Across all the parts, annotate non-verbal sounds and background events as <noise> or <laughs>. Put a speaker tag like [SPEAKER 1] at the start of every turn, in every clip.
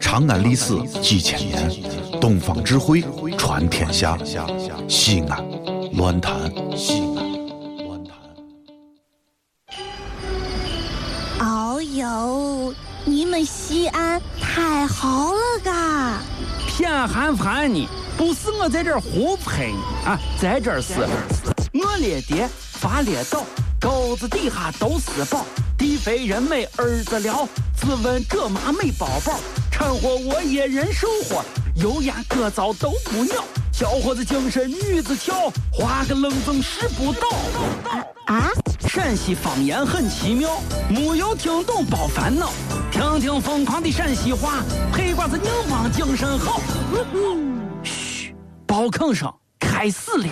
[SPEAKER 1] 长安历史几千年，东方智慧传天下。西安，乱谈西安。乱谈。
[SPEAKER 2] 哦呦，你们西安太好了嘎！
[SPEAKER 3] 偏寒寒你，不是我在这儿胡喷你啊，在这儿是，我列爹发列倒，沟子底下都是宝，地肥人美儿子了，自问这妈美宝宝，掺和我也人生活，油盐各糟都不尿，小伙子精神女子俏，花个愣风使不倒。
[SPEAKER 2] 啊，
[SPEAKER 3] 陕西方言很奇妙，没有听懂别烦恼，听听疯狂的陕西话，黑瓜子硬邦精神好。嘘，包吭声开始了。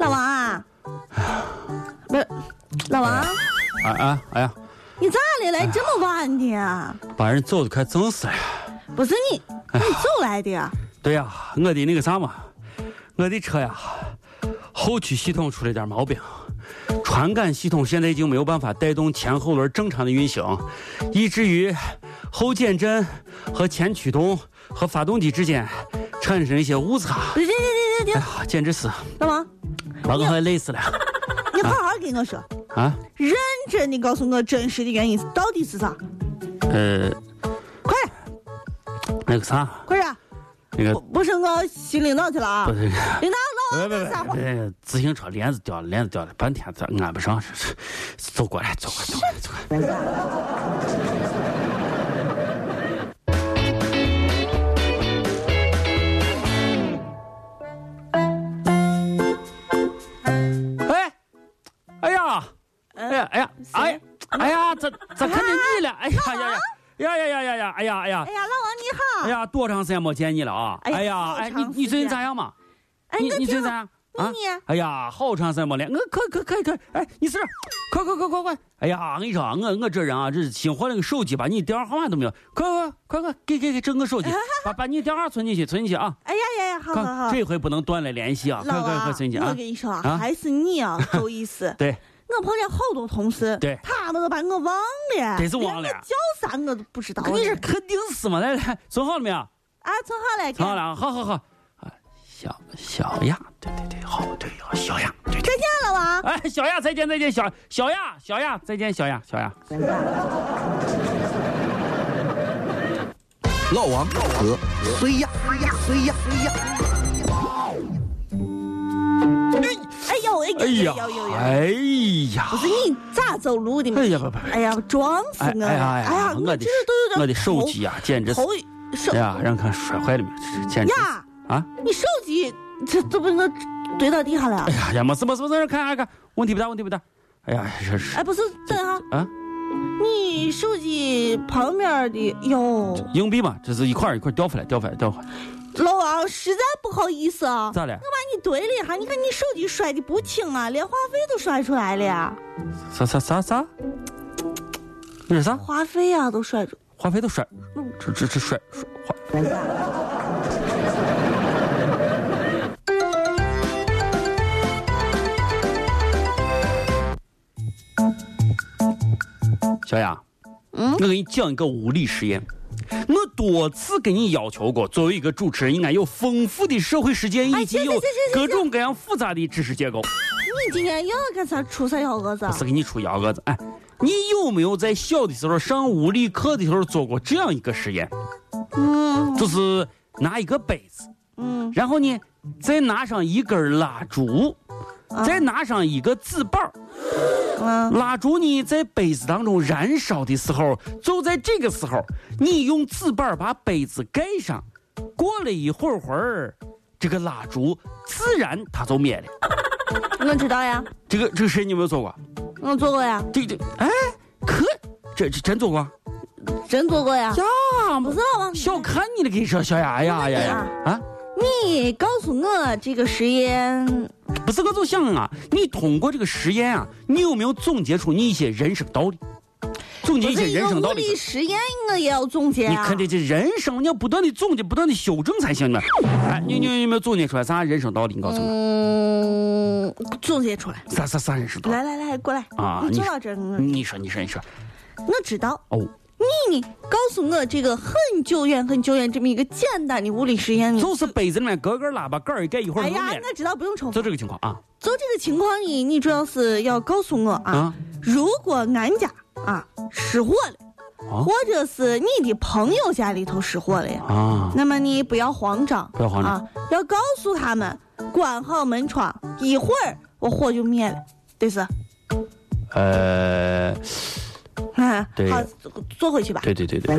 [SPEAKER 2] 老王啊，不是，老王，
[SPEAKER 4] 哎哎哎呀，
[SPEAKER 2] 你咋的来这么晚的啊？
[SPEAKER 4] 把人走的快整死了。哎
[SPEAKER 2] 不是你，你走来的啊？
[SPEAKER 4] 对哎呀、我的那个啥嘛，我的车呀，后驱系统出了点毛病，传感系统现在已经没有办法带动前后轮正常的运行，以至于后减震和前驱动和发动机之间产生一些误差。
[SPEAKER 2] 别别别别
[SPEAKER 4] 哎
[SPEAKER 2] 别，
[SPEAKER 4] 呀，简直是
[SPEAKER 2] 老王，
[SPEAKER 4] 把我快累死了
[SPEAKER 2] 你好好跟我说，
[SPEAKER 4] 啊！
[SPEAKER 2] 认真的告诉我真实的原因到底是啥？
[SPEAKER 4] 呃，
[SPEAKER 2] 快点，
[SPEAKER 4] 那个啥，
[SPEAKER 2] 快点！
[SPEAKER 4] 那个
[SPEAKER 2] 不不是我新领导去了啊
[SPEAKER 4] 不！是。
[SPEAKER 2] 领导，老王干啥活？
[SPEAKER 4] 哎，自行车链子掉了，链子掉了，半天咱安不上，是是走过来，走过来，走过来，走过来。哎，哎呀，哎呀，哎呀，哎呀，哎呀，咋咋看见你了？哎呀呀呀！呀呀呀呀呀！哎呀哎呀
[SPEAKER 2] 哎！呀，老王
[SPEAKER 4] 哎
[SPEAKER 2] 你好！
[SPEAKER 4] 呀，多长时间没见你了啊！
[SPEAKER 2] 哎呀
[SPEAKER 4] 哎呀，
[SPEAKER 2] 好
[SPEAKER 4] 哎，
[SPEAKER 2] 长
[SPEAKER 4] 你你
[SPEAKER 2] 时
[SPEAKER 4] 最近
[SPEAKER 2] 间
[SPEAKER 4] 咋样嘛？
[SPEAKER 2] 哎，
[SPEAKER 4] 你
[SPEAKER 2] 我
[SPEAKER 4] 你最近
[SPEAKER 2] 听
[SPEAKER 4] 咋样？
[SPEAKER 2] 那你
[SPEAKER 4] 哎呀，好长时间没来，我快快快快！哎，你是这儿，快快快快快！哎呀，我跟你说啊，我我这人啊，这是新换了个手机，把你电话号码都没有，快快快快，给给给，整个手
[SPEAKER 2] <laughs>
[SPEAKER 4] 机，把把你电话存进去，存进去啊！
[SPEAKER 2] 哎呀呀呀，好
[SPEAKER 4] 快
[SPEAKER 2] 好好，，
[SPEAKER 4] 这回不能断了联系啊！快
[SPEAKER 2] 老
[SPEAKER 4] 快
[SPEAKER 2] 王
[SPEAKER 4] 快存进去
[SPEAKER 2] 我
[SPEAKER 4] 啊
[SPEAKER 2] 跟！你说，
[SPEAKER 4] 啊
[SPEAKER 2] 还是你啊，有意
[SPEAKER 4] <laughs>
[SPEAKER 2] 思。
[SPEAKER 4] 对，
[SPEAKER 2] 我碰见好多同事，
[SPEAKER 4] 对
[SPEAKER 2] 他们都把我忘了，
[SPEAKER 4] 真是忘了
[SPEAKER 2] 连我叫啥我都不知道。
[SPEAKER 4] 你这肯定是嘛？来来，存好了没有？
[SPEAKER 2] 啊，存好了，
[SPEAKER 4] 存好
[SPEAKER 2] 给
[SPEAKER 4] 了，啊！好好好。啊，小小雅，对对对，好对，小雅，对对。
[SPEAKER 2] 再见了，啊王。
[SPEAKER 4] 哎，小雅，再见再见，小小雅，小雅，再见，小雅，小雅。
[SPEAKER 1] 老王和谁呀？谁呀？谁呀？
[SPEAKER 2] 哎呦，哎呦，
[SPEAKER 4] 哎
[SPEAKER 2] 哎
[SPEAKER 4] 呀
[SPEAKER 2] 呦呦呦，，呦
[SPEAKER 4] 哎呀
[SPEAKER 2] 不，是你咋走路的嘛
[SPEAKER 4] 哎？呀，不不不，
[SPEAKER 2] 哎呀，装死我
[SPEAKER 4] 哎
[SPEAKER 2] 了！
[SPEAKER 4] 哎呀哎呀，
[SPEAKER 2] 啊我
[SPEAKER 4] 我的
[SPEAKER 2] 这都有点
[SPEAKER 4] 我的手机啊，简直是，
[SPEAKER 2] 头手
[SPEAKER 4] 哎呀，让看摔坏了没有，这是简直是
[SPEAKER 2] 呀，
[SPEAKER 4] 啊！
[SPEAKER 2] 你手机这都被我怼到地下了啊
[SPEAKER 4] <laughs> 哎。呀呀，没事没事没事，看看看，问题不大问题不大。哎呀，这是
[SPEAKER 2] 哎，不是，等一下，
[SPEAKER 4] 啊，
[SPEAKER 2] 你手机旁边的哟，
[SPEAKER 4] 硬币嘛，这是一块儿一块儿掉出来掉出来掉出来，
[SPEAKER 2] 老王，实在不好意思啊，
[SPEAKER 4] 咋了？
[SPEAKER 2] 把你怼了一下，你看你手机摔的不轻啊，连话费都摔出来了呀，
[SPEAKER 4] 嗯啥啥啥啥？那是啥？
[SPEAKER 2] 话费啊都摔出。
[SPEAKER 4] 花费都摔
[SPEAKER 2] 嗯，
[SPEAKER 4] 这这这摔摔花。小雅，
[SPEAKER 2] 嗯
[SPEAKER 4] 我给你讲一个物理实验。我多次跟你要求过，作为一个主持人，应该有丰富的社会实践
[SPEAKER 2] 哎
[SPEAKER 4] 以及
[SPEAKER 2] 行
[SPEAKER 4] 有
[SPEAKER 2] 行行
[SPEAKER 4] 各种各样复杂的知识结构。
[SPEAKER 2] 你今天又要干啥出啥幺蛾子啊？
[SPEAKER 4] 是给你出幺蛾子。哎，你有没有在小的时候上物理课的时候做过这样一个实验？
[SPEAKER 2] 嗯
[SPEAKER 4] 就是拿一个杯子，
[SPEAKER 2] 嗯
[SPEAKER 4] 然后呢，再拿上一根蜡烛，
[SPEAKER 2] 啊
[SPEAKER 4] 再拿上一个纸板儿
[SPEAKER 2] 嗯，
[SPEAKER 4] 蜡烛呢在杯子当中燃烧的时候，就在这个时候，你用纸板儿把杯子盖上，过了一会儿会儿，这个蜡烛自然它就灭了。
[SPEAKER 2] 我知道呀，
[SPEAKER 4] 这个这个实验你有没有做过？
[SPEAKER 2] 我做过呀，
[SPEAKER 4] 这个这哎，可这这真做过
[SPEAKER 2] 真做过呀。
[SPEAKER 4] 呀？
[SPEAKER 2] 不是老王，
[SPEAKER 4] 小看你了，跟你说，小雅哎呀哎呀哎呀啊！
[SPEAKER 2] 你你告诉我这个实验，
[SPEAKER 4] 不是我就想啊，你通过这个实验啊，你有没有总结出你一些人生道理？总结
[SPEAKER 2] 我
[SPEAKER 4] 一
[SPEAKER 2] 这
[SPEAKER 4] 些
[SPEAKER 2] 一个
[SPEAKER 4] 人生道
[SPEAKER 2] 物
[SPEAKER 4] 理
[SPEAKER 2] 理实验我也要总结
[SPEAKER 4] 你
[SPEAKER 2] 啊
[SPEAKER 4] 看。这这人生，你要不断的总结，不断的修正才行呢。哎，你你你有没有总结出来啥人生道理？你告诉我，
[SPEAKER 2] 嗯，总结出来。
[SPEAKER 4] 啥啥啥人生道理
[SPEAKER 2] 来？来来，过来，
[SPEAKER 4] 啊
[SPEAKER 2] 你
[SPEAKER 4] 你
[SPEAKER 2] 坐
[SPEAKER 4] 说
[SPEAKER 2] 到这儿，嗯我
[SPEAKER 4] 你说你说你说，
[SPEAKER 2] 我知道。
[SPEAKER 4] 哦，
[SPEAKER 2] 哎你告诉我这个很久远很久远这么一个简单的物理实验，你
[SPEAKER 4] 就是杯子里面隔个喇叭盖儿一盖，一会儿
[SPEAKER 2] 哎
[SPEAKER 4] 就
[SPEAKER 2] 呀
[SPEAKER 4] 灭，了，
[SPEAKER 2] 我知道不用重复
[SPEAKER 4] 就。这个情况啊
[SPEAKER 2] 就这个情况你你主要是要告诉我啊，
[SPEAKER 4] 啊
[SPEAKER 2] 如果俺家啊失火了，
[SPEAKER 4] 啊
[SPEAKER 2] 或者是你的朋友家里头失火了呀，
[SPEAKER 4] 啊！
[SPEAKER 2] 那么你不要慌张，
[SPEAKER 4] 不要慌张
[SPEAKER 2] 啊，要告诉他们关好门窗，一会儿我火就灭了，对是？
[SPEAKER 4] 呃，
[SPEAKER 2] 嗯，
[SPEAKER 4] 对
[SPEAKER 2] 好，坐回去吧。
[SPEAKER 4] 对对对对，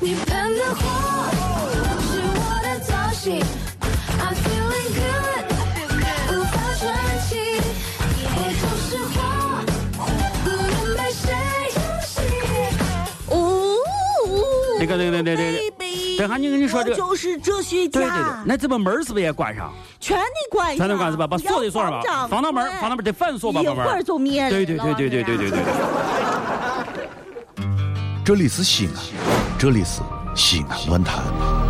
[SPEAKER 5] 你喷的火是我的造型，I'm feeling good，无法喘气，我就是火，不能被谁休息。
[SPEAKER 2] 哦，
[SPEAKER 4] 那个那个那个那个
[SPEAKER 2] baby，
[SPEAKER 4] 等下你跟你说这
[SPEAKER 2] 我
[SPEAKER 4] 个
[SPEAKER 2] 就是哲学家，
[SPEAKER 4] 对对对，那这把门儿是不是也关上？
[SPEAKER 2] 全得关上，
[SPEAKER 4] 全都关上吧，把锁得锁上
[SPEAKER 2] 不要
[SPEAKER 4] 吧，
[SPEAKER 2] 慌张
[SPEAKER 4] 防盗门儿防盗门儿得反锁吧，
[SPEAKER 2] 一
[SPEAKER 4] 把门
[SPEAKER 2] 会儿
[SPEAKER 4] 儿。
[SPEAKER 2] 就灭了。
[SPEAKER 4] 对对对对对对对
[SPEAKER 2] 老
[SPEAKER 4] 对
[SPEAKER 2] 王
[SPEAKER 4] 对。
[SPEAKER 1] 这里是西安，这里是西安乱坛。